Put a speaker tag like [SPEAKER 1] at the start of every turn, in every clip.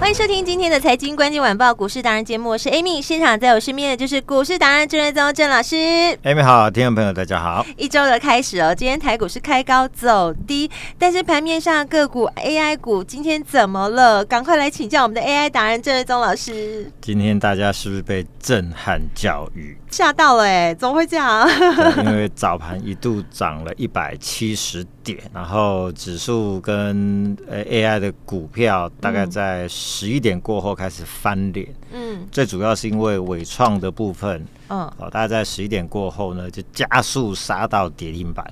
[SPEAKER 1] 欢迎收听今天的财经关键晚报股市达人节目，我是 Amy，现场在我身边的就是股市达人郑瑞宗郑老师。
[SPEAKER 2] 艾米哎好，听众朋友大家好。
[SPEAKER 1] 一周的开始哦，今天台股是开高走低，但是盘面上个股 AI 股今天怎么了？赶快来请教我们的 AI 达人郑瑞宗老师，
[SPEAKER 2] 今天大家是不是被震撼教育？
[SPEAKER 1] 吓到了哎，怎么会这样？
[SPEAKER 2] 对因为早盘一度涨了一百七十点，然后指数跟呃 AI 的股票大概在十一点过后开始翻脸，
[SPEAKER 1] 嗯
[SPEAKER 2] 最主要是因为伟创的部分，
[SPEAKER 1] 嗯，
[SPEAKER 2] 哦，大概在十一点过后呢，就加速杀到跌停板。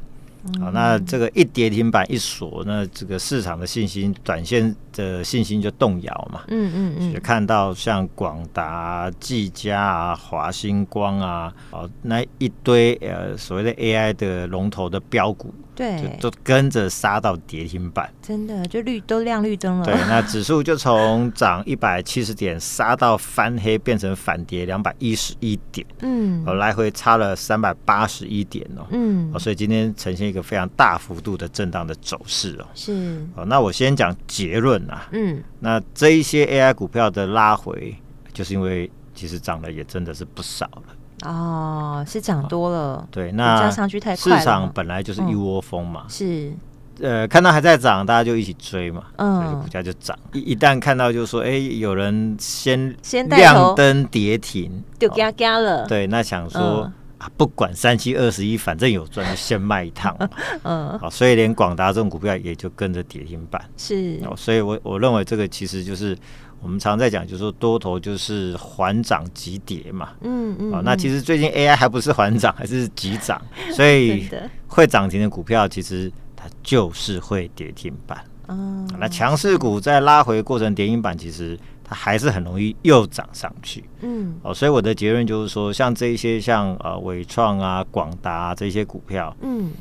[SPEAKER 2] 好、那这个一跌停板一锁，那这个市场的信心，短线的信心就动摇嘛。
[SPEAKER 1] 嗯嗯
[SPEAKER 2] 也
[SPEAKER 1] 嗯，
[SPEAKER 2] 看到像广达、技嘉啊、华星光啊，哦，那一堆呃所谓的 AI 的龙头的标股，
[SPEAKER 1] 对，
[SPEAKER 2] 就都跟着杀到跌停板。
[SPEAKER 1] 真的就绿都亮绿灯
[SPEAKER 2] 对
[SPEAKER 1] 了，，
[SPEAKER 2] 那指数就从涨一百七十点杀到翻黑，变成反跌两百一十一点，
[SPEAKER 1] 嗯
[SPEAKER 2] 哦，来回差了三百八十一点哦。
[SPEAKER 1] 嗯
[SPEAKER 2] 哦，所以今天呈现一个非常大幅度的震荡的走势哦。
[SPEAKER 1] 是，
[SPEAKER 2] 哦，那我先讲结论啊，
[SPEAKER 1] 嗯
[SPEAKER 2] 那这一些 AI 股票的拉回，就是因为其实涨了也真的是不少了。
[SPEAKER 1] 哦是涨多了，
[SPEAKER 2] 对，
[SPEAKER 1] 股
[SPEAKER 2] 那
[SPEAKER 1] 价上去太
[SPEAKER 2] 市
[SPEAKER 1] 快了
[SPEAKER 2] 场
[SPEAKER 1] 嘛
[SPEAKER 2] 本来就是
[SPEAKER 1] 嗯
[SPEAKER 2] 一窝蜂嘛，
[SPEAKER 1] 是，
[SPEAKER 2] 呃，看到还在涨，大家就一起追嘛，
[SPEAKER 1] 嗯
[SPEAKER 2] 所以股价就涨。一一旦看到就说，哎、有人先
[SPEAKER 1] 先带头
[SPEAKER 2] 亮灯跌停，
[SPEAKER 1] 就
[SPEAKER 2] 哦
[SPEAKER 1] 嘎嘎了，
[SPEAKER 2] 对，那想说。
[SPEAKER 1] 嗯
[SPEAKER 2] 啊，不管三七二十一，反正有赚就先卖一趟嘛。
[SPEAKER 1] 嗯
[SPEAKER 2] 好，所以连广达这种股票也就跟着跌停板。
[SPEAKER 1] 是，
[SPEAKER 2] 哦，所以我我认为这个其实就是我们常在讲，就是说多头就是缓涨急跌嘛。
[SPEAKER 1] 嗯嗯
[SPEAKER 2] 哦，那其实最近 AI 还不是缓涨，还是急 涨，所以
[SPEAKER 1] 嗯真的
[SPEAKER 2] 会涨停的股票其实它就是会跌停板。哦
[SPEAKER 1] 嗯
[SPEAKER 2] 那强势股在拉回过程跌停板，其实它还是很容易又涨上去。
[SPEAKER 1] 嗯
[SPEAKER 2] 哦，所以我的结论就是说，像这一些像呃伟创啊、广达、啊、这些股票，
[SPEAKER 1] 嗯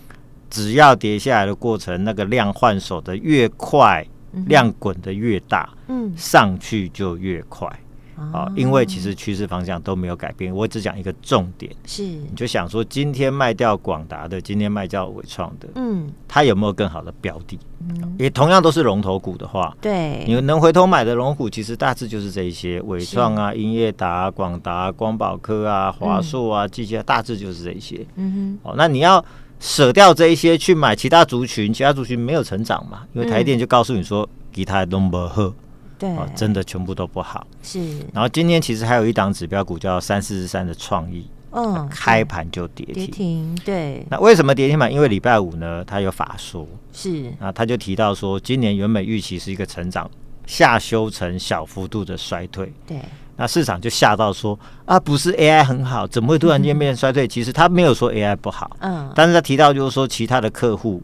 [SPEAKER 2] 只要跌下来的过程，那个量换手的越快，量滚的越大，
[SPEAKER 1] 嗯
[SPEAKER 2] 上去就越快啊
[SPEAKER 1] 哦，
[SPEAKER 2] 因为其实趋势方向都没有改变。我只讲一个重点，
[SPEAKER 1] 是
[SPEAKER 2] 你就想说，今天卖掉广达的，今天卖掉伟创的，
[SPEAKER 1] 嗯
[SPEAKER 2] 它有没有更好的标的？
[SPEAKER 1] 嗯
[SPEAKER 2] 也同样都是龙头股的话，
[SPEAKER 1] 对
[SPEAKER 2] 你能回头买的龙股，其实大致就是这一些，伟创啊、英业达啊、广达啊、光宝科啊、华硕啊、技嘉，大致就是这一些。
[SPEAKER 1] 嗯
[SPEAKER 2] 哦，那你要舍掉这一些去买其他族群，其他族群没有成长嘛？因为台电就告诉你说，其他都不好，
[SPEAKER 1] 哼嗯对
[SPEAKER 2] 哦，真的全部都不好。
[SPEAKER 1] 是
[SPEAKER 2] 然后今天其实还有一档指标股叫三四三的创意，
[SPEAKER 1] 嗯
[SPEAKER 2] 开
[SPEAKER 1] 对
[SPEAKER 2] 盘就跌
[SPEAKER 1] 跌
[SPEAKER 2] 停。
[SPEAKER 1] 停对
[SPEAKER 2] 那为什么跌停板？因为礼拜五呢，他有法说，
[SPEAKER 1] 是
[SPEAKER 2] 那他就提到说，今年原本预期是一个成长，下修成小幅度的衰退。
[SPEAKER 1] 对
[SPEAKER 2] 那市场就吓到说啊，不是 AI 很好，怎么会突然间变衰 退？其实他没有说 AI 不好，
[SPEAKER 1] 嗯
[SPEAKER 2] 但是他提到就是说其他的客户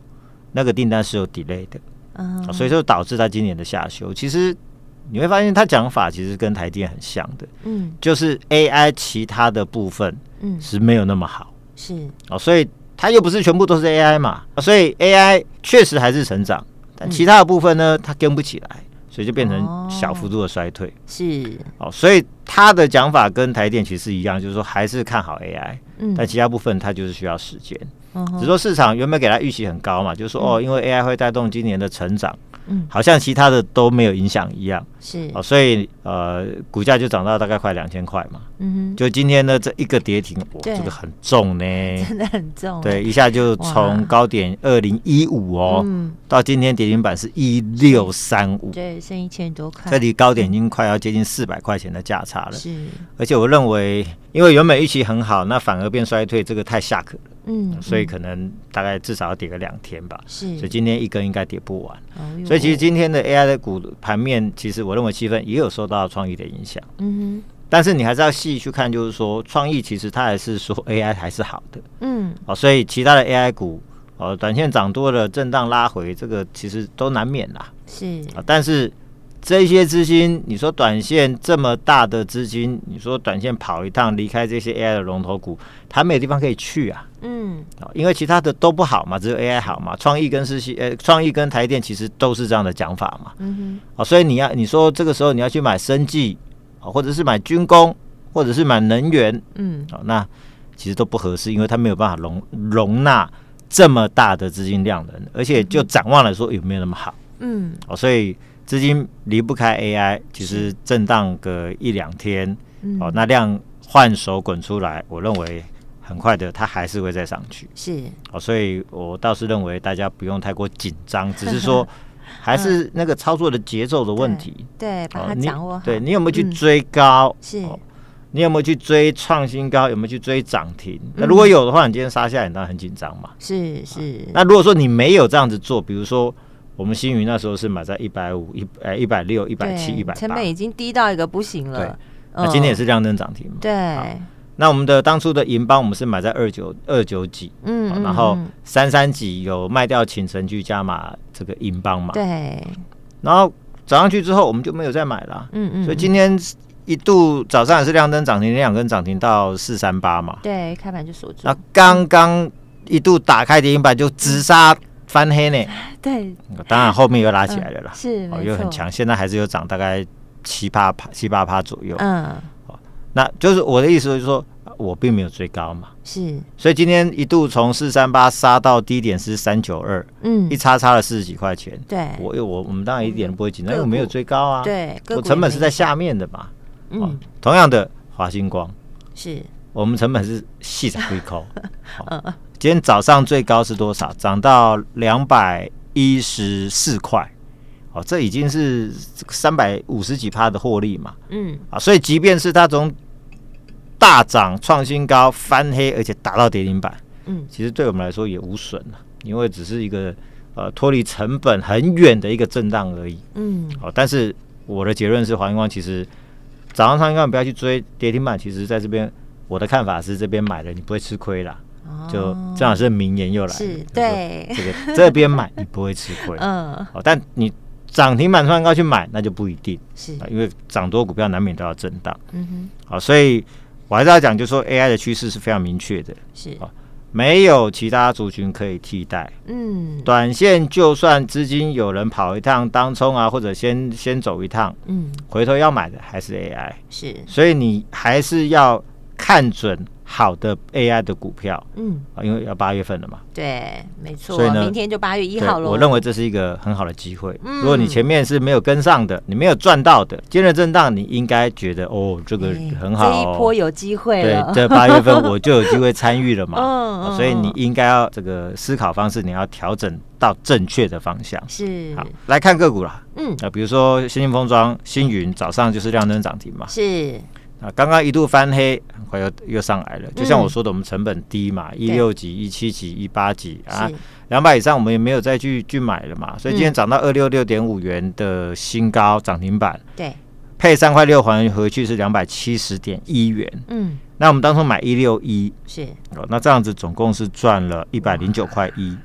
[SPEAKER 2] 那个订单是有 delay 的，
[SPEAKER 1] 嗯
[SPEAKER 2] 哦所以就导致他今年的下修。其实你会发现他讲法其实跟台电很像的，
[SPEAKER 1] 嗯
[SPEAKER 2] 就是 AI 其他的部分
[SPEAKER 1] 嗯
[SPEAKER 2] 是没有那么好
[SPEAKER 1] 是
[SPEAKER 2] 哦，所以它又不是全部都是 AI 嘛，哦所以 AI 确实还是成长，但其他的部分呢，它跟不起来，所以就变
[SPEAKER 1] 嗯哦
[SPEAKER 2] 成小幅度的衰退
[SPEAKER 1] 是
[SPEAKER 2] 哦所以他的讲法跟台电其实一样，就是说还是看好 AI，
[SPEAKER 1] 嗯
[SPEAKER 2] 但其他部分它就是需要时间。
[SPEAKER 1] 嗯
[SPEAKER 2] 只
[SPEAKER 1] 哼
[SPEAKER 2] 是说市场原本给它预期很高嘛，就是说哦，因为 AI 会带动今年的成长，
[SPEAKER 1] 嗯
[SPEAKER 2] 好像其他的都没有影响一样，
[SPEAKER 1] 是
[SPEAKER 2] 哦，所以呃，股价就涨到大概快两千块嘛。
[SPEAKER 1] 嗯
[SPEAKER 2] 就今天呢，这一个跌停，哇，
[SPEAKER 1] 对
[SPEAKER 2] 这个很重呢，
[SPEAKER 1] 哼真的很重
[SPEAKER 2] 对，一下就
[SPEAKER 1] 哇
[SPEAKER 2] 从高点二零一五哦，
[SPEAKER 1] 嗯
[SPEAKER 2] 到今天跌停板是一六三五，
[SPEAKER 1] 对剩一千多块
[SPEAKER 2] 这离高点已经快要接近四百块钱的价差了。
[SPEAKER 1] 嗯是
[SPEAKER 2] 而且我认为，因为原本预期很好，那反而变衰退，这个太吓客了，
[SPEAKER 1] 嗯
[SPEAKER 2] 所以
[SPEAKER 1] 嗯
[SPEAKER 2] 可能大概至少要跌个两天吧。
[SPEAKER 1] 是
[SPEAKER 2] 所以今天一根应该跌不完。
[SPEAKER 1] 哦哟
[SPEAKER 2] 所以其实今天的 AI 的股盘面，其实我认为气氛也有受到创意的影响。
[SPEAKER 1] 嗯哼
[SPEAKER 2] 但是你还是要细去看，就是说创意其实它还是说 AI 还是好的
[SPEAKER 1] 嗯，
[SPEAKER 2] 哦，所以其他的 AI 股哦，短线涨多了，震荡拉回，这个其实都难免啦
[SPEAKER 1] 是
[SPEAKER 2] 啊。但是这些资金，你说短线这么大的资金，你说短线跑一趟离开这些 AI 的龙头股，它没有地方可以去啊。
[SPEAKER 1] 嗯
[SPEAKER 2] 啊，因为其他的都不好嘛，只有 AI 好嘛，创意跟世系，呃，创意跟台电其实都是这样的讲法嘛，
[SPEAKER 1] 嗯
[SPEAKER 2] 啊，所以你要你说这个时候你要去买生技，啊，或者是买军工，或者是买能源，
[SPEAKER 1] 哼嗯
[SPEAKER 2] 啊，那其实都不合适，因为它没有办法容容纳这么大的资金量能，而且就展望来说有没有那么好，
[SPEAKER 1] 嗯
[SPEAKER 2] 啊，所以资金离不开 AI，其实震荡个一两天，
[SPEAKER 1] 嗯，
[SPEAKER 2] 哦、那量换手滚出来，我认为很快的它还是会再上去。
[SPEAKER 1] 是
[SPEAKER 2] 哦，所以我倒是认为大家不用太过紧张，只 是说还是那个操作的节奏的问题。
[SPEAKER 1] 嗯对，把它
[SPEAKER 2] 哦你
[SPEAKER 1] 掌握好，
[SPEAKER 2] 对你有没有去
[SPEAKER 1] 嗯
[SPEAKER 2] 追高？
[SPEAKER 1] 是
[SPEAKER 2] 你有没有去追创新高？有没有去追涨停？
[SPEAKER 1] 嗯
[SPEAKER 2] 那如果有的话，你今天杀下来，你当然很紧张嘛。
[SPEAKER 1] 是是，
[SPEAKER 2] 那如果说你没有这样子做，比如说我们新宇那时候是买在一百五、一呃一百六、一百七、
[SPEAKER 1] 对
[SPEAKER 2] 一百
[SPEAKER 1] 成
[SPEAKER 2] 八
[SPEAKER 1] 本，已经低到一个不行了，
[SPEAKER 2] 那今天也
[SPEAKER 1] 是
[SPEAKER 2] 是量增涨停嘛。
[SPEAKER 1] 对，
[SPEAKER 2] 那我们的当初的银邦，我们是买在二九二九几，
[SPEAKER 1] 嗯
[SPEAKER 2] 哦
[SPEAKER 1] 嗯
[SPEAKER 2] 然后
[SPEAKER 1] 嗯
[SPEAKER 2] 三三几有卖掉请神居加码这个银邦嘛，
[SPEAKER 1] 对，
[SPEAKER 2] 然后涨上去之后我们就没有再买了啊、
[SPEAKER 1] 嗯嗯，
[SPEAKER 2] 所以今天一度早上也是亮灯涨停，两根涨停到四三八嘛，
[SPEAKER 1] 对开盘就锁住
[SPEAKER 2] 那，刚刚一度打开跌停板就直杀翻黑呢，
[SPEAKER 1] 对，嗯
[SPEAKER 2] 当然后面又拉起来了啦，
[SPEAKER 1] 是
[SPEAKER 2] 哦
[SPEAKER 1] 嗯没
[SPEAKER 2] 又很
[SPEAKER 1] 错
[SPEAKER 2] 强，现在还是有涨大概七八趴七八趴左右，
[SPEAKER 1] 嗯，
[SPEAKER 2] 那就是我的意思就是说呃我并没有追高嘛。
[SPEAKER 1] 是，
[SPEAKER 2] 所以今天一度从四三八杀到低点是三九二，
[SPEAKER 1] 嗯
[SPEAKER 2] 一，差差了四十几块钱。
[SPEAKER 1] 对，
[SPEAKER 2] 我我我们当然一点都不会紧张，
[SPEAKER 1] 嗯
[SPEAKER 2] 因为我没有追高啊。，
[SPEAKER 1] 对，个
[SPEAKER 2] 我
[SPEAKER 1] 股
[SPEAKER 2] 成
[SPEAKER 1] 也
[SPEAKER 2] 本
[SPEAKER 1] 没
[SPEAKER 2] 是在下面的嘛。
[SPEAKER 1] 嗯
[SPEAKER 2] 哦，同样的，华星光，
[SPEAKER 1] 是，
[SPEAKER 2] 我们成本是细仔归扣。好今天早上最高是多少？涨到两百一十四块。哦，这已经是三百五十几趴的获利嘛。
[SPEAKER 1] 嗯，
[SPEAKER 2] 啊，所以即便是它从大涨创新高翻黑，而且打到跌停板，
[SPEAKER 1] 嗯
[SPEAKER 2] 其实对我们来说也无损了、因为只是一个呃脱离成本很远的一个震荡而已。
[SPEAKER 1] 嗯，
[SPEAKER 2] 好、但是我的结论是，黄金光其实早上上一光不要去追跌停板，其实在这边我的看法是，这边买了你不会吃亏啦。就
[SPEAKER 1] 哦
[SPEAKER 2] 正好是名言又来了，
[SPEAKER 1] 是
[SPEAKER 2] 就是
[SPEAKER 1] 对
[SPEAKER 2] 这个这边买你不会吃亏。
[SPEAKER 1] 嗯，
[SPEAKER 2] 好、但你涨停板创高去买，那就不一定。
[SPEAKER 1] 是
[SPEAKER 2] 啊，因为涨多股票难免都要震荡
[SPEAKER 1] 嗯
[SPEAKER 2] 啊，所以我还是要讲，就是说 AI 的趋势是非常明确的，
[SPEAKER 1] 哼，是，
[SPEAKER 2] 好没有其他族群可以替代。
[SPEAKER 1] 嗯
[SPEAKER 2] 短线就算资金有人跑一趟当冲啊，或者先先走一趟，
[SPEAKER 1] 嗯，
[SPEAKER 2] 回头要买的还是 AI，
[SPEAKER 1] 是，
[SPEAKER 2] 所以你还是要看准好的 AI 的股票
[SPEAKER 1] 嗯，
[SPEAKER 2] 啊，因为要八月份了嘛，
[SPEAKER 1] 对，没错
[SPEAKER 2] 所以，呢
[SPEAKER 1] 明天就八月一
[SPEAKER 2] 对
[SPEAKER 1] 号喽，
[SPEAKER 2] 我认为这是一个很好的机会。
[SPEAKER 1] 嗯
[SPEAKER 2] 如果你前面是没有跟上的，你没有赚到的，今日震荡，你应该觉得哦，这个
[SPEAKER 1] 哎
[SPEAKER 2] 很好、
[SPEAKER 1] 这一波有机会
[SPEAKER 2] 对
[SPEAKER 1] 了，，
[SPEAKER 2] 这八月份我就有机会参与 了嘛。
[SPEAKER 1] 嗯
[SPEAKER 2] 啊
[SPEAKER 1] 嗯
[SPEAKER 2] 所以你
[SPEAKER 1] 嗯
[SPEAKER 2] 应该要这个思考方式，你要调整到正确的方向。
[SPEAKER 1] 是
[SPEAKER 2] 好，，来看个股啦。
[SPEAKER 1] 嗯，
[SPEAKER 2] 啊，比如说新兴封装、星云，早上就是亮灯涨停嘛。
[SPEAKER 1] 是，
[SPEAKER 2] 啊，刚刚一度翻黑，很快又又上来了。就像
[SPEAKER 1] 嗯
[SPEAKER 2] 我说的，我们成本低嘛，一六级、一七级、一八级啊
[SPEAKER 1] 是，
[SPEAKER 2] 两百以上我们也没有再去去买了嘛，所以今天
[SPEAKER 1] 嗯
[SPEAKER 2] 涨到二六六点五元的新高涨停板，
[SPEAKER 1] 对，
[SPEAKER 2] 配三块六还回去是两百七十点一元。
[SPEAKER 1] 嗯，
[SPEAKER 2] 那我们当初买一六一，
[SPEAKER 1] 是，
[SPEAKER 2] 哦，那这样子总共是赚了一百零九块一，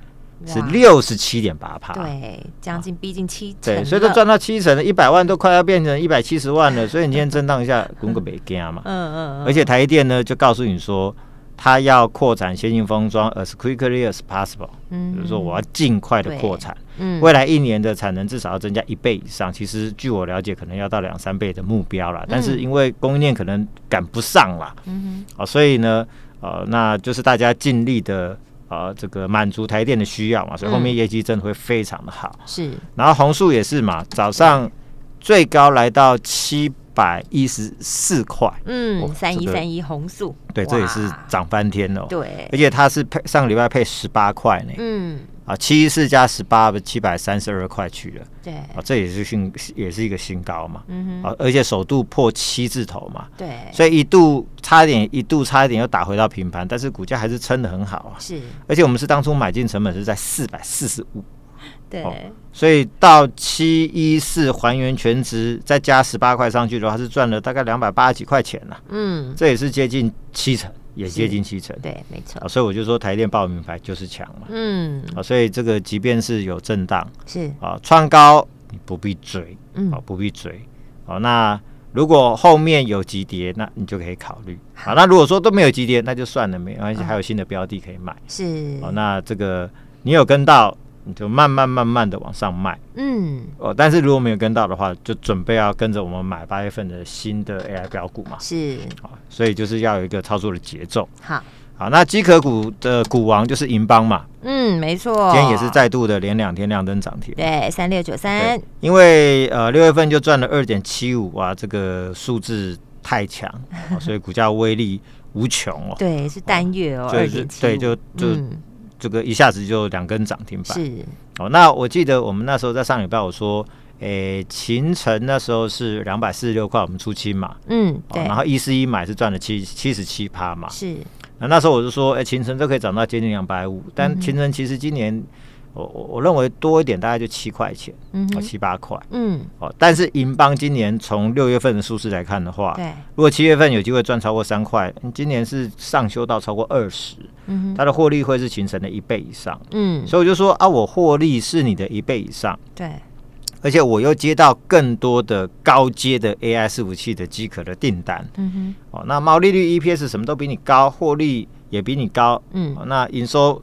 [SPEAKER 2] 是
[SPEAKER 1] 哇
[SPEAKER 2] 六十七点八趴。
[SPEAKER 1] 对，将近逼近七成
[SPEAKER 2] 对，
[SPEAKER 1] 了，
[SPEAKER 2] 所以都赚到七成了，一百万都快要变成一百七十万了。所以你今天震 荡一下，滚个没惊嘛。
[SPEAKER 1] 嗯，嗯嗯，
[SPEAKER 2] 而且台积电呢，就告诉你说，它要扩展先进封装，as quickly as possible，
[SPEAKER 1] 嗯
[SPEAKER 2] 就是说我要尽快的扩产，
[SPEAKER 1] 嗯
[SPEAKER 2] 未来一年的产能至少要增加一倍以上。其实据我了解，可能要到两三倍的目标啦。但是因为供应链可能赶不上啦，
[SPEAKER 1] 嗯
[SPEAKER 2] 啊，所以呢，呃，那就是大家尽力的。呃，这个满足台电的需要嘛，
[SPEAKER 1] 嗯
[SPEAKER 2] 所以后面业绩真的会非常的好。
[SPEAKER 1] 哼，是，
[SPEAKER 2] 然后红树也是嘛，早上最高来到七百一十四块，哇
[SPEAKER 1] 嗯，三一
[SPEAKER 2] 这个
[SPEAKER 1] 三一红素，
[SPEAKER 2] 对，这也是
[SPEAKER 1] 哇，
[SPEAKER 2] 涨翻天了、哦。
[SPEAKER 1] 对
[SPEAKER 2] 而，且它是配上个礼拜配十八块呢，
[SPEAKER 1] 嗯，
[SPEAKER 2] 啊，七一四加十八不七百三十二块去了，
[SPEAKER 1] 对，
[SPEAKER 2] 啊，这也是新也是一个新高嘛，
[SPEAKER 1] 哎嗯哼，哎
[SPEAKER 2] 啊，而且首度破七字头嘛，
[SPEAKER 1] 对，
[SPEAKER 2] 所以一度差一点一度差一点又打回到平盘，但是股价还是撑得很好啊，
[SPEAKER 1] 是，
[SPEAKER 2] 而且我们是当初买进成本是在四百四十五，
[SPEAKER 1] 对，
[SPEAKER 2] 哦所以到七一四还原全值，再加十八块上去的话，是赚了大概两百八十几块钱了、
[SPEAKER 1] 嗯，
[SPEAKER 2] 这也是接近七成，也接近七成。
[SPEAKER 1] 对，没错
[SPEAKER 2] 啊，，所以我就说台电报名牌就是强嘛。
[SPEAKER 1] 嗯，
[SPEAKER 2] 啊，所以这个即便是有震荡
[SPEAKER 1] 是，
[SPEAKER 2] 啊，创高你不必追，
[SPEAKER 1] 嗯
[SPEAKER 2] 啊，不必追。好、那如果后面有急跌，那你就可以考虑。好、那如果说都没有急跌，那就算了，没关系，还有新的标的可以买。
[SPEAKER 1] 是
[SPEAKER 2] 好、，那这个你有跟到，你就慢慢慢慢的往上卖。
[SPEAKER 1] 嗯，
[SPEAKER 2] 哦，但是如果没有跟到的话，就准备要跟着我们买八月份的新的 AI 标股嘛。
[SPEAKER 1] 是，
[SPEAKER 2] 好、所以就是要有一个操作的节奏。
[SPEAKER 1] 好，
[SPEAKER 2] 好，那机壳股的股王就是银邦嘛，
[SPEAKER 1] 嗯，没错，
[SPEAKER 2] 今天也是再度的连两天亮灯涨停。
[SPEAKER 1] 对三六九三
[SPEAKER 2] 对，，因为呃六月份就赚了二点七五啊，这个数字太强、哦所以股价威力无穷 哦。
[SPEAKER 1] 对，是单月哦，
[SPEAKER 2] 所
[SPEAKER 1] 二
[SPEAKER 2] 以就
[SPEAKER 1] 点七，
[SPEAKER 2] 对，就就
[SPEAKER 1] 嗯
[SPEAKER 2] 这个一下子就两根涨停板。
[SPEAKER 1] 是，
[SPEAKER 2] 哦，那我记得我们那时候在上礼拜我说，诶，秦城那时候是两百四十六块，我们出清嘛，
[SPEAKER 1] 嗯，
[SPEAKER 2] 哦、
[SPEAKER 1] 对
[SPEAKER 2] 然，后一四一买是赚了七七十七趴嘛。
[SPEAKER 1] 是，
[SPEAKER 2] 那那时候我就说，哎、秦城都可以涨到接近两百五，
[SPEAKER 1] 嗯
[SPEAKER 2] 但秦城其实今年。我我我认为多一点大概就七块钱，
[SPEAKER 1] 嗯
[SPEAKER 2] 哦
[SPEAKER 1] 哼，
[SPEAKER 2] 七八块
[SPEAKER 1] 嗯，
[SPEAKER 2] 哦。但是银邦今年从六月份的数字来看的话，
[SPEAKER 1] 嗯对，
[SPEAKER 2] 如果七月份有机会赚超过三块，嗯今年是上修到超过二十，
[SPEAKER 1] 嗯哼，
[SPEAKER 2] 它的获利会是秦城的一倍以上。
[SPEAKER 1] 嗯，
[SPEAKER 2] 所以我就说啊，我获利是你的一倍以上，
[SPEAKER 1] 对，
[SPEAKER 2] 而且我又接到更多的高阶的 AI 伺服器的机壳的订单
[SPEAKER 1] 嗯哼，
[SPEAKER 2] 哦。那毛利率、EPS 什么都比你高，获利也比你高，
[SPEAKER 1] 嗯
[SPEAKER 2] 哦那营收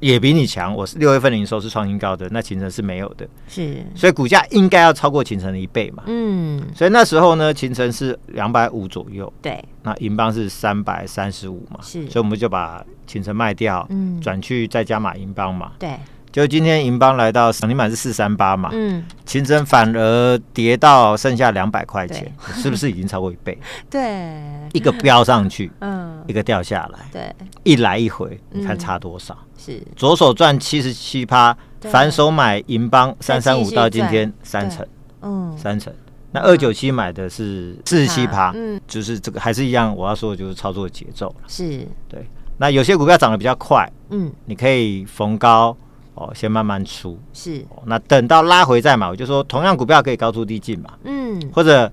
[SPEAKER 2] 也比你强。我是六月份的营收是创新高的，那秦城是没有的，
[SPEAKER 1] 是，
[SPEAKER 2] 所以股价应该要超过秦城的一倍嘛。
[SPEAKER 1] 嗯，
[SPEAKER 2] 所以那时候呢，秦城是两百五左右，
[SPEAKER 1] 对，
[SPEAKER 2] 那银邦是三百三十五嘛，
[SPEAKER 1] 是
[SPEAKER 2] 所以我们就把秦城卖掉，
[SPEAKER 1] 嗯
[SPEAKER 2] 转去再加码银邦嘛。
[SPEAKER 1] 对，
[SPEAKER 2] 就今天银邦来到涨停板是四三八嘛，
[SPEAKER 1] 嗯，
[SPEAKER 2] 秦城反而跌到剩下两百块钱，是不是已经超过一 倍？
[SPEAKER 1] 对，
[SPEAKER 2] 一个飙上去，
[SPEAKER 1] 嗯
[SPEAKER 2] 一，个掉下来，
[SPEAKER 1] 对，
[SPEAKER 2] 一来一回，你看
[SPEAKER 1] 嗯
[SPEAKER 2] 差多少？
[SPEAKER 1] 是，
[SPEAKER 2] 左手赚七十七趴，
[SPEAKER 1] 对啊
[SPEAKER 2] 反手买银邦
[SPEAKER 1] 再
[SPEAKER 2] 三
[SPEAKER 1] 继
[SPEAKER 2] 三
[SPEAKER 1] 续
[SPEAKER 2] 五到今天
[SPEAKER 1] 赚
[SPEAKER 2] 三成，
[SPEAKER 1] 嗯，
[SPEAKER 2] 三成。那二九七买的是四十七趴，
[SPEAKER 1] 嗯，
[SPEAKER 2] 就是这个还是一样，我要说的就是操作节奏了。
[SPEAKER 1] 是，
[SPEAKER 2] 对，那有些股票涨得比较快，
[SPEAKER 1] 嗯，
[SPEAKER 2] 你可以逢高哦，先慢慢出。
[SPEAKER 1] 是，
[SPEAKER 2] 哦那等到拉回再买，我就说同样股票可以高出低进嘛，
[SPEAKER 1] 嗯，
[SPEAKER 2] 或者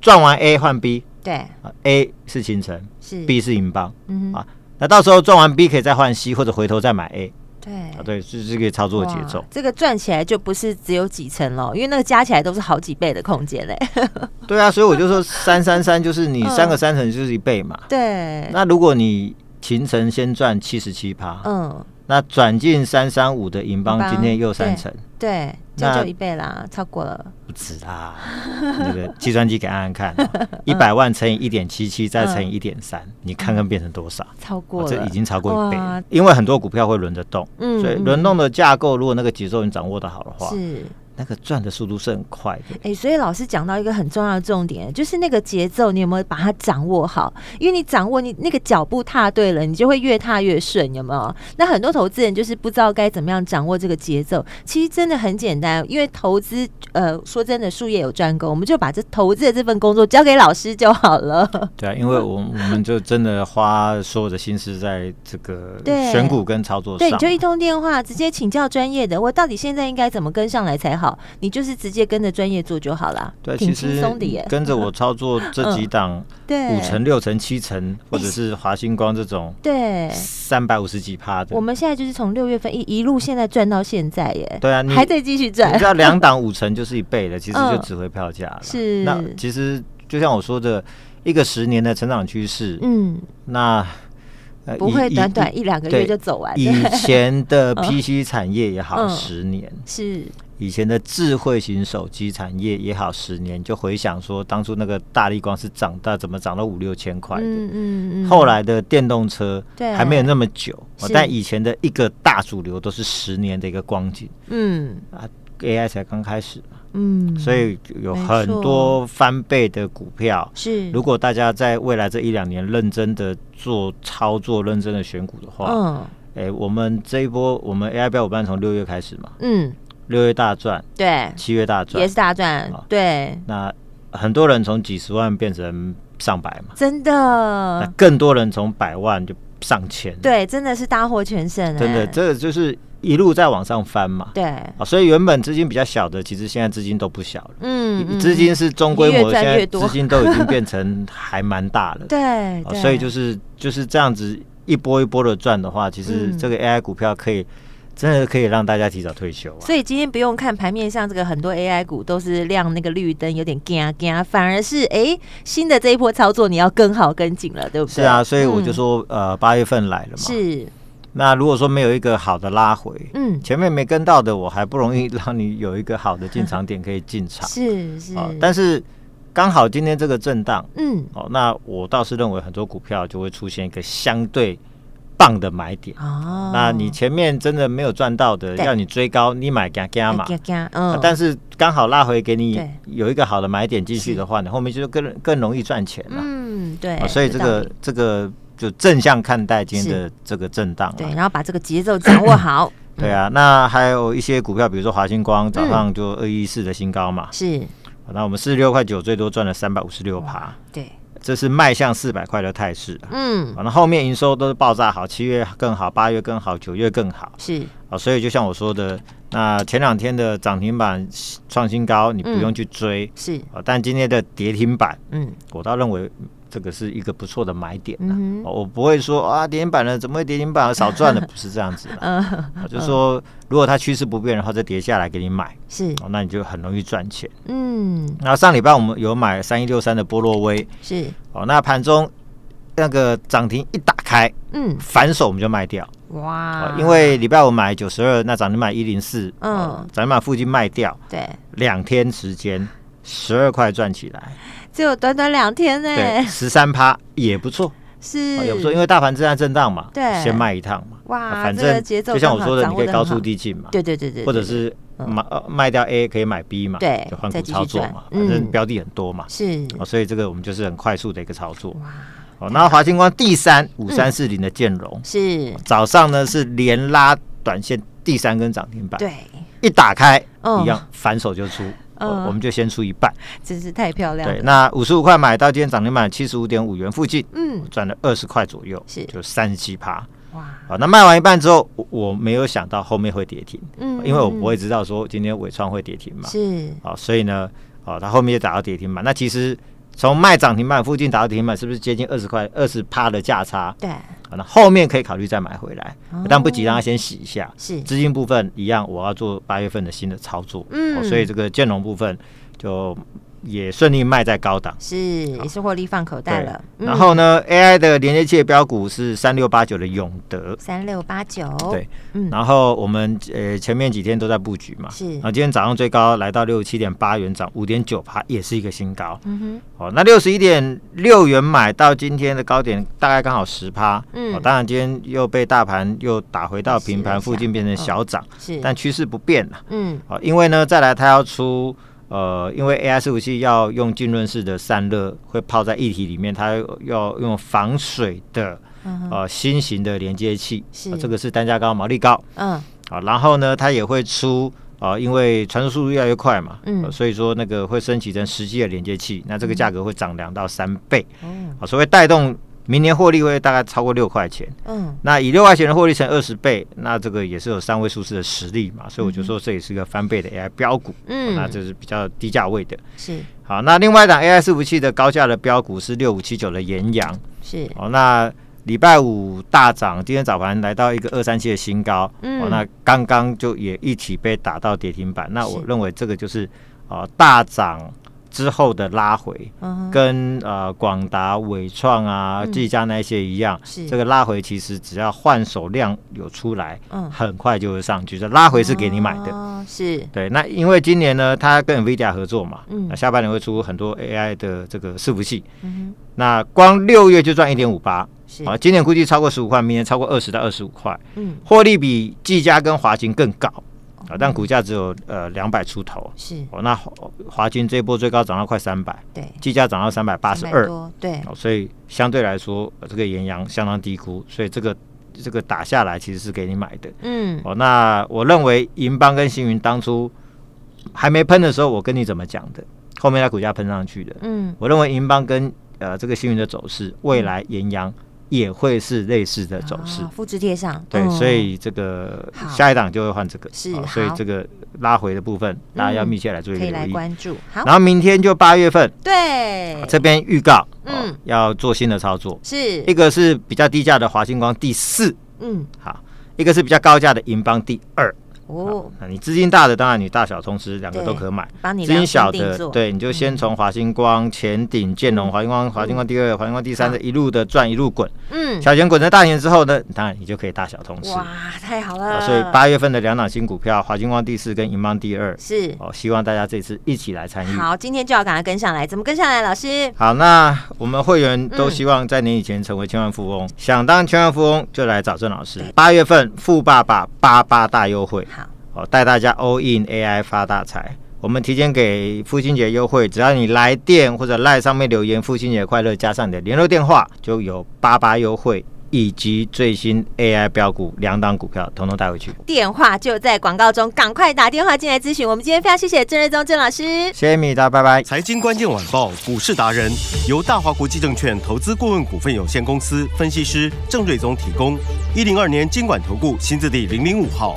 [SPEAKER 2] 赚完 A 换 B
[SPEAKER 1] 对，
[SPEAKER 2] 啊，A 是秦城
[SPEAKER 1] 是，
[SPEAKER 2] ，B 是银邦
[SPEAKER 1] 嗯哼，
[SPEAKER 2] 啊。那到时候赚完 B 可以再换 C，或者回头再买 A
[SPEAKER 1] 对
[SPEAKER 2] 啊，。对，是这个操作节奏
[SPEAKER 1] 嗯哇。这个转起来就不是只有几层了，因为那个加起来都是好几倍的空间嘞。
[SPEAKER 2] 对啊，所以我就说三三三就是你三个三成就是一倍嘛。
[SPEAKER 1] 对，
[SPEAKER 2] 那如果你秦城先赚七十七趴，
[SPEAKER 1] 嗯，
[SPEAKER 2] 那转进三三五的银邦
[SPEAKER 1] 银邦
[SPEAKER 2] 今天又三成，
[SPEAKER 1] 对，这
[SPEAKER 2] 那
[SPEAKER 1] 就一倍啦，超过了。
[SPEAKER 2] 不止啦。那个计算机给按按看、哦
[SPEAKER 1] 嗯
[SPEAKER 2] 一百万乘以一点七七，再乘以一点三，你看看变成多少？
[SPEAKER 1] 超
[SPEAKER 2] 哦
[SPEAKER 1] 嗯过了，
[SPEAKER 2] 这已经超过一倍
[SPEAKER 1] 哇
[SPEAKER 2] 了，因为很多股票会轮着动，
[SPEAKER 1] 嗯
[SPEAKER 2] 所以轮动的架构，如果那个节奏你掌握的好的话，
[SPEAKER 1] 是。
[SPEAKER 2] 那个赚的速度是很快的。
[SPEAKER 1] 哎、所以老师讲到一个很重要的重点，就是那个节奏，你有没有把它掌握好？因为你掌握你那个脚步踏对了，你就会越踏越顺，有没有？那很多投资人就是不知道该怎么样掌握这个节奏。其实真的很简单，因为投资，呃，说真的，术业有专攻，我们就把这投资的这份工作交给老师就好了。
[SPEAKER 2] 对啊，因为我我们就真的花所有的心思在这个
[SPEAKER 1] 对
[SPEAKER 2] 选股跟操作
[SPEAKER 1] 对，你
[SPEAKER 2] 上。
[SPEAKER 1] 就一通电话，直接请教专业的，我到底现在应该怎么跟上来才好？你就是直接跟着专业做就好啦，
[SPEAKER 2] 对，
[SPEAKER 1] 挺
[SPEAKER 2] 其
[SPEAKER 1] 轻
[SPEAKER 2] 实
[SPEAKER 1] 松的耶。嗯
[SPEAKER 2] 跟着我操作这几档
[SPEAKER 1] 对，
[SPEAKER 2] 五成、六成、七成，或者是华星光这种
[SPEAKER 1] 对。
[SPEAKER 2] 三百五十几趴的
[SPEAKER 1] 我，们现在就是从六月份一一路现在赚到现在耶，
[SPEAKER 2] 对啊，你
[SPEAKER 1] 还在继续赚
[SPEAKER 2] 你知，道两档五成就是一倍了，其实就
[SPEAKER 1] 嗯
[SPEAKER 2] 值回票价了。
[SPEAKER 1] 是
[SPEAKER 2] 那其实就像我说的，一个十年的成长趋势，
[SPEAKER 1] 嗯，
[SPEAKER 2] 那呃
[SPEAKER 1] 不
[SPEAKER 2] 以
[SPEAKER 1] 会
[SPEAKER 2] 以
[SPEAKER 1] 短短
[SPEAKER 2] 以
[SPEAKER 1] 一两个月
[SPEAKER 2] 对
[SPEAKER 1] 就走完
[SPEAKER 2] 以
[SPEAKER 1] 的，
[SPEAKER 2] 前 的 PC 产业也好，
[SPEAKER 1] 嗯
[SPEAKER 2] 十年。
[SPEAKER 1] 是，
[SPEAKER 2] 以前的智慧型手机产业也好，十年就回想说，当初那个大力光是涨到怎么涨到五六千块的。
[SPEAKER 1] 嗯嗯嗯，
[SPEAKER 2] 后来的电动车
[SPEAKER 1] 对
[SPEAKER 2] 还没有那么久，哦
[SPEAKER 1] 是
[SPEAKER 2] 但以前的一个大主流都是十年的一个光景
[SPEAKER 1] 嗯
[SPEAKER 2] 啊，AI 才刚开始嘛，
[SPEAKER 1] 嗯，
[SPEAKER 2] 所以有
[SPEAKER 1] 没
[SPEAKER 2] 很
[SPEAKER 1] 错
[SPEAKER 2] 多翻倍的股票。
[SPEAKER 1] 是，
[SPEAKER 2] 如果大家在未来这一两年认真的做操作、认真的选股的话，
[SPEAKER 1] 嗯
[SPEAKER 2] 哎、我们这一波我们 AI 标股班从六月开始嘛，
[SPEAKER 1] 嗯，
[SPEAKER 2] 六月大赚，
[SPEAKER 1] 对，
[SPEAKER 2] 七月大赚啊
[SPEAKER 1] 也，是大赚
[SPEAKER 2] 好，
[SPEAKER 1] 对，
[SPEAKER 2] 那很多人从几十万变成上百嘛，
[SPEAKER 1] 真
[SPEAKER 2] 那
[SPEAKER 1] 的，
[SPEAKER 2] 更多人从百万就上千，，
[SPEAKER 1] 对，真的是大获全胜，
[SPEAKER 2] 真的，
[SPEAKER 1] 哎
[SPEAKER 2] 这个就是一路在往上翻嘛。
[SPEAKER 1] 对，
[SPEAKER 2] 啊，所以原本资金比较小的，其实现在资金都不小了。
[SPEAKER 1] 嗯，
[SPEAKER 2] 资金是中规模，
[SPEAKER 1] 越
[SPEAKER 2] 现
[SPEAKER 1] 赚
[SPEAKER 2] 在
[SPEAKER 1] 越多
[SPEAKER 2] 资金都已经变成还蛮大 了。
[SPEAKER 1] 对
[SPEAKER 2] 啊，
[SPEAKER 1] 对，
[SPEAKER 2] 所以就是就是这样子一波一波的赚的话，其实
[SPEAKER 1] 嗯
[SPEAKER 2] 这个 AI 股票可以、真的可以让大家提早退休啊。
[SPEAKER 1] 所以今天不用看盘面上这个很多 AI 股都是亮那个绿灯，有点嘎嘎，反而是哎、新的这一波操作你要跟好跟紧了，对不对？
[SPEAKER 2] 是啊，所以我就
[SPEAKER 1] 嗯
[SPEAKER 2] 说，呃，八月份来了嘛。。
[SPEAKER 1] 是
[SPEAKER 2] 那如果说没有一个好的拉回，
[SPEAKER 1] 嗯
[SPEAKER 2] 前面没跟到的，我还不容易让你有一个好的进场点可以进场。
[SPEAKER 1] 是是，
[SPEAKER 2] 啊，但是刚好今天这个震荡，
[SPEAKER 1] 嗯
[SPEAKER 2] 哦，那我倒是认为很多股票就会出现一个相对棒的买点。
[SPEAKER 1] 哦，
[SPEAKER 2] 那你前面真的没有赚到的，
[SPEAKER 1] 对
[SPEAKER 2] 要你追高，你买加加嘛。
[SPEAKER 1] 嘎嘎
[SPEAKER 2] 啊
[SPEAKER 1] 嗯，
[SPEAKER 2] 但是刚好拉回给你
[SPEAKER 1] 对
[SPEAKER 2] 有一个好的买点进去的话，你后面就更更容易赚钱了、
[SPEAKER 1] 嗯对、
[SPEAKER 2] 啊所以这
[SPEAKER 1] 道
[SPEAKER 2] 个
[SPEAKER 1] 理
[SPEAKER 2] 这个就正向看待今天的这个震荡
[SPEAKER 1] 对，嗯
[SPEAKER 2] 了。
[SPEAKER 1] 然后把这个节奏掌握好，
[SPEAKER 2] 对啊，那还有一些股票，比如说华星光，早
[SPEAKER 1] 嗯
[SPEAKER 2] 上就二一四的新高嘛，
[SPEAKER 1] 是
[SPEAKER 2] 啊那我们四十六块九最多赚了三百五十六趴，
[SPEAKER 1] 对，
[SPEAKER 2] 这是迈向四百块的态势啊。
[SPEAKER 1] 嗯
[SPEAKER 2] 啊那后面营收都是爆炸好，七月更好，八月更好，九月更好。
[SPEAKER 1] 是
[SPEAKER 2] 啊，所以就像我说的，那前两天的涨停板创新高，你不
[SPEAKER 1] 嗯
[SPEAKER 2] 用去追、
[SPEAKER 1] 是
[SPEAKER 2] 啊。但今天的跌停板，
[SPEAKER 1] 嗯
[SPEAKER 2] 我倒认为这个是一个不错的买点呐、
[SPEAKER 1] 嗯
[SPEAKER 2] 哦我不会说啊，跌停板了，怎么会跌停板了少赚了？不是这样子的、
[SPEAKER 1] 嗯
[SPEAKER 2] 我就说如果它趋势不变，然后再跌下来给你买，
[SPEAKER 1] 是
[SPEAKER 2] 哦，那你就很容易赚钱。
[SPEAKER 1] 嗯
[SPEAKER 2] 那上礼拜我们有买三一六三的波洛威，
[SPEAKER 1] 是
[SPEAKER 2] 哦，那盘中那个涨停一打开，
[SPEAKER 1] 嗯
[SPEAKER 2] 反手我们就卖掉。
[SPEAKER 1] 哇
[SPEAKER 2] 啊，，因为礼拜五买九十二，那涨停板一零四，
[SPEAKER 1] 嗯
[SPEAKER 2] 嗯，涨停板附近卖掉，
[SPEAKER 1] 对。
[SPEAKER 2] 两天时间十二块赚起来，
[SPEAKER 1] 只有短短两天呢、
[SPEAKER 2] 对，十三趴也不错，
[SPEAKER 1] 是
[SPEAKER 2] 啊也不错，因为大盘正在震荡嘛，
[SPEAKER 1] 对
[SPEAKER 2] 先卖一趟嘛，
[SPEAKER 1] 哇
[SPEAKER 2] 啊反
[SPEAKER 1] 这
[SPEAKER 2] 正
[SPEAKER 1] 个节奏
[SPEAKER 2] 就像我说的，
[SPEAKER 1] 刚
[SPEAKER 2] 你
[SPEAKER 1] 好
[SPEAKER 2] 可以
[SPEAKER 1] 掌握
[SPEAKER 2] 高
[SPEAKER 1] 得很
[SPEAKER 2] 出低进嘛，
[SPEAKER 1] 对对对对，
[SPEAKER 2] 或者
[SPEAKER 1] 对
[SPEAKER 2] 是
[SPEAKER 1] 嗯
[SPEAKER 2] 买呃卖掉 A 可以买 B 嘛，
[SPEAKER 1] 对
[SPEAKER 2] 就换
[SPEAKER 1] 再
[SPEAKER 2] 股
[SPEAKER 1] 继续
[SPEAKER 2] 操作
[SPEAKER 1] 赚
[SPEAKER 2] 嘛，
[SPEAKER 1] 嗯
[SPEAKER 2] 反正标的很多嘛，
[SPEAKER 1] 是
[SPEAKER 2] 啊，所以这个我们就是很快速的一个操作。
[SPEAKER 1] 哇
[SPEAKER 2] 哦，那华星光第三五三四零的建融，
[SPEAKER 1] 是，
[SPEAKER 2] 早上呢是连拉短线第三根涨停板，
[SPEAKER 1] 对，
[SPEAKER 2] 一打开、
[SPEAKER 1] 嗯
[SPEAKER 2] 一样，反手就出。
[SPEAKER 1] 嗯
[SPEAKER 2] 哦我们就先出一半，
[SPEAKER 1] 真是太漂亮
[SPEAKER 2] 对，
[SPEAKER 1] 了，
[SPEAKER 2] 那五十五块买到今天涨停板七十五点五元附近，
[SPEAKER 1] 嗯
[SPEAKER 2] 赚了二十块左右，
[SPEAKER 1] 是
[SPEAKER 2] 就三十七趴。
[SPEAKER 1] 哇，
[SPEAKER 2] 好，那卖完一半之后，我我没有想到后面会跌停，
[SPEAKER 1] 嗯
[SPEAKER 2] 因为我不会知道说今天伟创会跌停嘛，
[SPEAKER 1] 是
[SPEAKER 2] 好，所以呢，好，它后面就打到跌停板。那其实从卖涨停板附近打到跌停板，是不是接近二十块二十趴的价差？
[SPEAKER 1] 对
[SPEAKER 2] 好，那后面可以考虑再买回来
[SPEAKER 1] 哦，
[SPEAKER 2] 但不急，让它先洗一下。
[SPEAKER 1] 是
[SPEAKER 2] 资金部分一样，我要做八月份的新的操作，
[SPEAKER 1] 嗯
[SPEAKER 2] 哦所以这个建融部分就也顺利卖在高档。
[SPEAKER 1] 是也是获利放口袋了，嗯
[SPEAKER 2] 然后呢，AI 的连接器的标股是三六八九的永德，
[SPEAKER 1] 三六八九，
[SPEAKER 2] 对，
[SPEAKER 1] 嗯
[SPEAKER 2] 然后我们呃前面几天都在布局嘛，
[SPEAKER 1] 是
[SPEAKER 2] 啊，今天早上最高来到六十七点八元，涨五点九趴，也是一个新高。
[SPEAKER 1] 嗯哼
[SPEAKER 2] 哦，那六十一点六元买到今天的高点，大概刚好十趴。
[SPEAKER 1] 嗯
[SPEAKER 2] 哦，当然今天又被大盘又打回到平
[SPEAKER 1] 是
[SPEAKER 2] 盘
[SPEAKER 1] 一下
[SPEAKER 2] 附近，变成小涨，
[SPEAKER 1] 是，
[SPEAKER 2] 但趋势不变了。
[SPEAKER 1] 嗯
[SPEAKER 2] 哦，因为呢，再来它要出呃，因为 AI 伺服器要用浸润式的散热，会泡在液体里面，它要用防水的
[SPEAKER 1] 嗯哼
[SPEAKER 2] 呃新型的连接器，
[SPEAKER 1] 是
[SPEAKER 2] 哦这个是单价高、毛利高。
[SPEAKER 1] 嗯
[SPEAKER 2] 啊，然后呢，它也会出啊、因为传输速度越来越快嘛，
[SPEAKER 1] 嗯
[SPEAKER 2] 呃所以说那个会升级成实际的连接器，那这个价格会涨两到三倍，
[SPEAKER 1] 哦
[SPEAKER 2] 啊，所以带动明年获利会大概超过六块钱。
[SPEAKER 1] 嗯
[SPEAKER 2] 那以六块钱的获利乘二十倍，那这个也是有三位数字的实力嘛，所以我就说这也是一个翻倍的 AI 标股，
[SPEAKER 1] 嗯
[SPEAKER 2] 那这是比较低价位的。
[SPEAKER 1] 是
[SPEAKER 2] 好，那另外一档 AI 伺服器的高价的标股是六五七九的盐阳，
[SPEAKER 1] 是
[SPEAKER 2] 哦，那礼拜五大涨，今天早盘来到一个二三七的新高，
[SPEAKER 1] 嗯
[SPEAKER 2] 哦，那刚刚就也一起被打到跌停板。那我
[SPEAKER 1] 是
[SPEAKER 2] 认为这个就是呃大涨之后的拉回，
[SPEAKER 1] 嗯哼
[SPEAKER 2] 跟呃广达、伟创啊、
[SPEAKER 1] 嗯
[SPEAKER 2] 技嘉那些一样，
[SPEAKER 1] 是
[SPEAKER 2] 这个拉回其实只要换手量有出来，
[SPEAKER 1] 嗯
[SPEAKER 2] 很快就会上去。这拉回是给你买的。
[SPEAKER 1] 哦是
[SPEAKER 2] 对，那因为今年呢，它跟 NVIDIA 合作嘛，
[SPEAKER 1] 嗯
[SPEAKER 2] 那下半年会出很多 AI 的这个伺服器，
[SPEAKER 1] 嗯
[SPEAKER 2] 那光六月就赚一点五八，
[SPEAKER 1] 哼是
[SPEAKER 2] 啊，今年估计超过十五块，明年超过二十到二十五块，
[SPEAKER 1] 嗯
[SPEAKER 2] 获利比技嘉跟华勤更高啊，但股价只有呃两百出头。
[SPEAKER 1] 是
[SPEAKER 2] 哦，那华华勤这一波最高涨到快三百，
[SPEAKER 1] 对
[SPEAKER 2] 技嘉涨到三百八十
[SPEAKER 1] 300
[SPEAKER 2] 二，
[SPEAKER 1] 多对
[SPEAKER 2] 哦，所以相对来说，呃这个盐阳相当低估，所以这个这个打下来其实是给你买的。
[SPEAKER 1] 嗯
[SPEAKER 2] 哦，那我认为银邦跟星云当初还没喷的时候，我跟你怎么讲的？后面它股价喷上去的，
[SPEAKER 1] 嗯
[SPEAKER 2] 我认为银邦跟呃这个星云的走势，未来盐阳也会是类似的走势
[SPEAKER 1] 啊。复制贴上，
[SPEAKER 2] 对，
[SPEAKER 1] 嗯
[SPEAKER 2] 所以这个
[SPEAKER 1] 好
[SPEAKER 2] 下一档就会换这个，
[SPEAKER 1] 是
[SPEAKER 2] 好所以
[SPEAKER 1] 好嗯
[SPEAKER 2] 这个拉回的部分，大家要密切来做一
[SPEAKER 1] 可
[SPEAKER 2] 个
[SPEAKER 1] 以来
[SPEAKER 2] 留意。
[SPEAKER 1] 关注。好
[SPEAKER 2] 然，后明天就八月份，
[SPEAKER 1] 对，
[SPEAKER 2] 这边预告，
[SPEAKER 1] 嗯
[SPEAKER 2] 哦，要做新的操作，
[SPEAKER 1] 是
[SPEAKER 2] 一个是比较低价的华星光第四，
[SPEAKER 1] 嗯
[SPEAKER 2] 好，一个是比较高价的银邦第二。
[SPEAKER 1] 哦，
[SPEAKER 2] 那你资金大的，当然你大小通吃，两个
[SPEAKER 1] 对
[SPEAKER 2] 都可买。
[SPEAKER 1] 帮你
[SPEAKER 2] 资金
[SPEAKER 1] 量
[SPEAKER 2] 小
[SPEAKER 1] 身定
[SPEAKER 2] 的，
[SPEAKER 1] 做，
[SPEAKER 2] 对，你就先从华星光、前顶、建龙、华星光、华星光第二、华星光第三的一路的赚，一路滚，
[SPEAKER 1] 嗯，
[SPEAKER 2] 小钱滚成大钱之后呢，当然你就可以大小通吃。
[SPEAKER 1] 哇，太好了，
[SPEAKER 2] 啊所以八月份的两档新股票，华星光第四跟银邦第二，
[SPEAKER 1] 是
[SPEAKER 2] 哦，希望大家这次一起来参与。
[SPEAKER 1] 好，今天就要赶快跟上来，怎么跟上来？老师，
[SPEAKER 2] 好，那我们会员都
[SPEAKER 1] 嗯
[SPEAKER 2] 希望在年以前成为千万富翁，想当千万富翁就来找郑老师。八月份富爸爸八八大优惠，
[SPEAKER 1] 好，
[SPEAKER 2] 哦，带大家 all in AI 发大财。我们提前给父亲节优惠，只要你来电或者赖上面留言“父亲节快乐”，加上你的联络电话，就有八八优惠以及最新 AI 标股两档股票，统统带回去。
[SPEAKER 1] 电话就在广告中，赶快打电话进来咨询。我们今天非常谢谢郑瑞宗郑老师。
[SPEAKER 2] 谢谢米大，拜拜。
[SPEAKER 3] 财经关键晚报股市达人由大华国际证券投资顾问股份有限公司分析师郑瑞宗提供。一零二年经管投顾新字第零零五号。